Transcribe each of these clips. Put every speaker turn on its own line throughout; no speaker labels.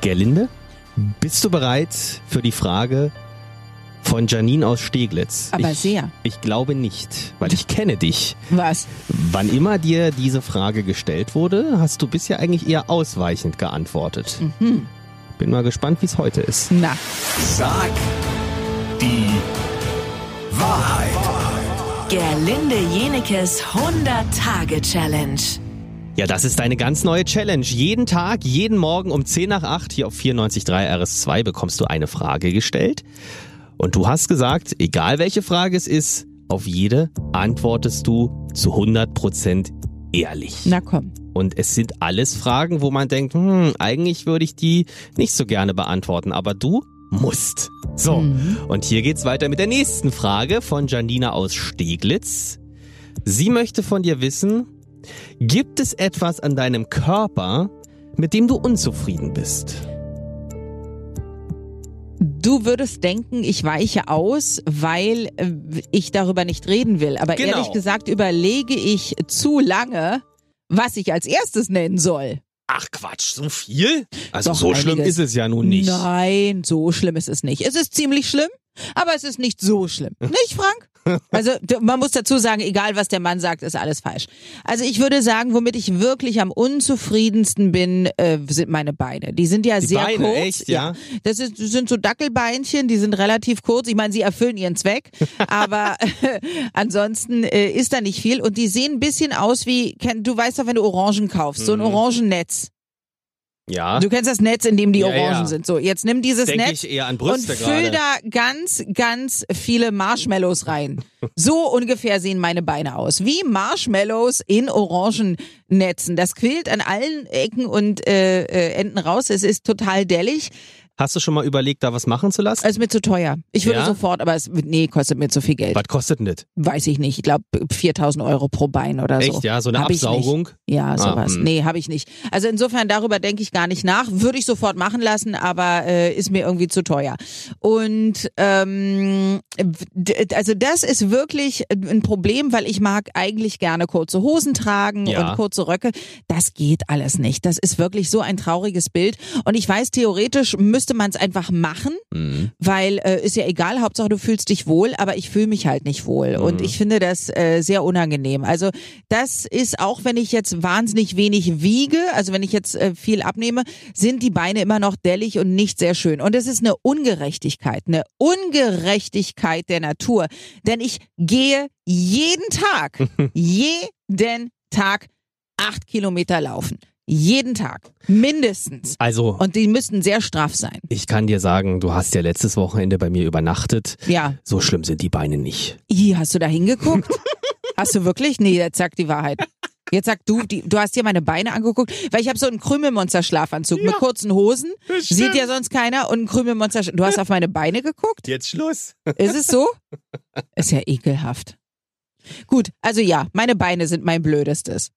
Gerlinde, bist du bereit für die Frage von Janine aus Steglitz?
Aber
ich,
sehr.
Ich glaube nicht, weil ich kenne dich.
Was?
Wann immer dir diese Frage gestellt wurde, hast du bisher eigentlich eher ausweichend geantwortet.
Mhm.
Bin mal gespannt, wie es heute ist.
Na,
Sag die Wahrheit.
Gerlinde Jenekes 100-Tage-Challenge.
Ja, das ist eine ganz neue Challenge. Jeden Tag, jeden Morgen um 10 nach 8 hier auf 94.3 RS2 bekommst du eine Frage gestellt. Und du hast gesagt, egal welche Frage es ist, auf jede antwortest du zu 100% ehrlich.
na komm.
Und es sind alles Fragen, wo man denkt, hm, eigentlich würde ich die nicht so gerne beantworten, aber du musst. So,
Mhm.
und hier geht's weiter mit der nächsten Frage von Janina aus Steglitz. Sie möchte von dir wissen, gibt es etwas an deinem Körper, mit dem du unzufrieden bist?
Du würdest denken, ich weiche aus, weil äh, ich darüber nicht reden will. Aber
Genau.
ehrlich gesagt überlege ich zu lange, was ich als erstes nennen soll.
Ach Quatsch, so viel? Also
Doch,
so schlimm
einiges.
ist es ja nun nicht.
Nein, so schlimm ist es nicht. Es ist ziemlich schlimm, aber es ist nicht so schlimm. Nicht, Frank? Also d- man muss dazu sagen, egal was der Mann sagt, ist alles falsch. Also ich würde sagen, womit ich wirklich am unzufriedensten bin, äh, sind meine Beine. Die sind ja
Die
sehr
Beine,
kurz.
echt, ja?
Das, ist, das sind so Dackelbeinchen, die sind relativ kurz. Ich meine, sie erfüllen ihren Zweck, aber äh, ansonsten äh, ist da nicht viel. Und die sehen ein bisschen aus wie, kenn- du weißt doch, wenn du Orangen kaufst,
Mhm.
so ein Orangennetz.
Ja,
Du kennst das Netz, in dem die
Ja,
Orangen
ja.
sind. So, jetzt nimm dieses
denke
Netz
ich eher an
und
Brüste
füll
gerade.
da ganz, ganz viele Marshmallows rein. So ungefähr sehen meine Beine aus. Wie Marshmallows in Orangennetzen. Das quillt an allen Ecken und äh, äh, Enden raus. Es ist total dellig.
Hast du schon mal überlegt, da was machen zu lassen?
Es ist mir zu teuer. Ich würde
Ja?
sofort, aber es, nee, kostet mir zu viel Geld.
was kostet denn das?
Weiß ich nicht. Ich glaube, 4000 Euro pro Bein oder so.
Echt, ja, so eine
Also, Hab ich nicht.
Absaugung?
Ja, sowas.
hm.
nee, habe ich nicht. Also insofern, darüber denke ich gar nicht nach. Würde ich sofort machen lassen, aber äh, ist mir irgendwie zu teuer. Und ähm, d- also das ist wirklich ein Problem, weil ich mag eigentlich gerne kurze Hosen tragen
Ja.
und kurze Röcke. Das geht alles nicht. Das ist wirklich so ein trauriges Bild. Und ich weiß, theoretisch müsste man es einfach machen weil äh, ist ja egal, Hauptsache du fühlst dich wohl, aber ich fühle mich halt nicht wohl und ich finde das äh, sehr unangenehm. Also das ist auch, wenn ich jetzt wahnsinnig wenig wiege, also wenn ich jetzt äh, viel abnehme, sind die Beine immer noch dellig und nicht sehr schön. Und das ist eine Ungerechtigkeit, eine Ungerechtigkeit der Natur, denn ich gehe jeden Tag, jeden Tag acht Kilometer laufen. Jeden Tag. Mindestens.
Also,
Und die müssten sehr straff sein.
Ich kann dir sagen, du hast ja letztes Wochenende bei mir übernachtet.
Ja.
So schlimm sind die Beine nicht.
Ih, hast du da hingeguckt? hast du wirklich? Nee, jetzt sag die Wahrheit. Jetzt sag du, die, du hast dir meine Beine angeguckt, weil ich habe so einen Krümelmonster-Schlafanzug mit kurzen Hosen. Sieht ja sonst keiner und ein Krümelmonster. Du hast auf meine Beine geguckt?
Jetzt Schluss.
Ist es so? Ist ja ekelhaft. Gut, also ja, meine Beine sind mein blödestes.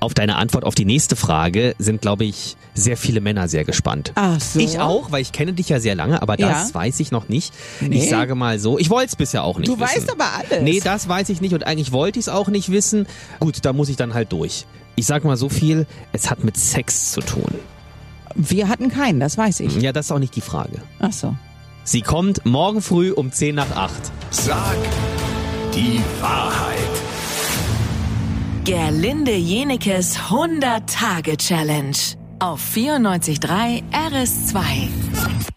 Auf deine Antwort auf die nächste Frage sind, glaube ich, sehr viele Männer sehr gespannt.
Ach so.
Ich auch, weil ich kenne dich ja sehr lange, aber das
Ja.
weiß ich noch nicht.
Nee.
Ich sage mal so, ich wollte es bisher auch nicht
Du
wissen.
weißt aber alles.
Nee, das weiß ich nicht und eigentlich wollte ich es auch nicht wissen. Gut, da muss ich dann halt durch. Ich sag mal so viel, es hat mit Sex zu tun.
Wir hatten keinen, das weiß ich.
Ja, das ist auch nicht die Frage.
Ach so.
Sie kommt morgen früh um 10 nach 8.
Sag die Wahrheit.
Gerlinde Jenekes 100-Tage-Challenge. Auf 94.3 RS2.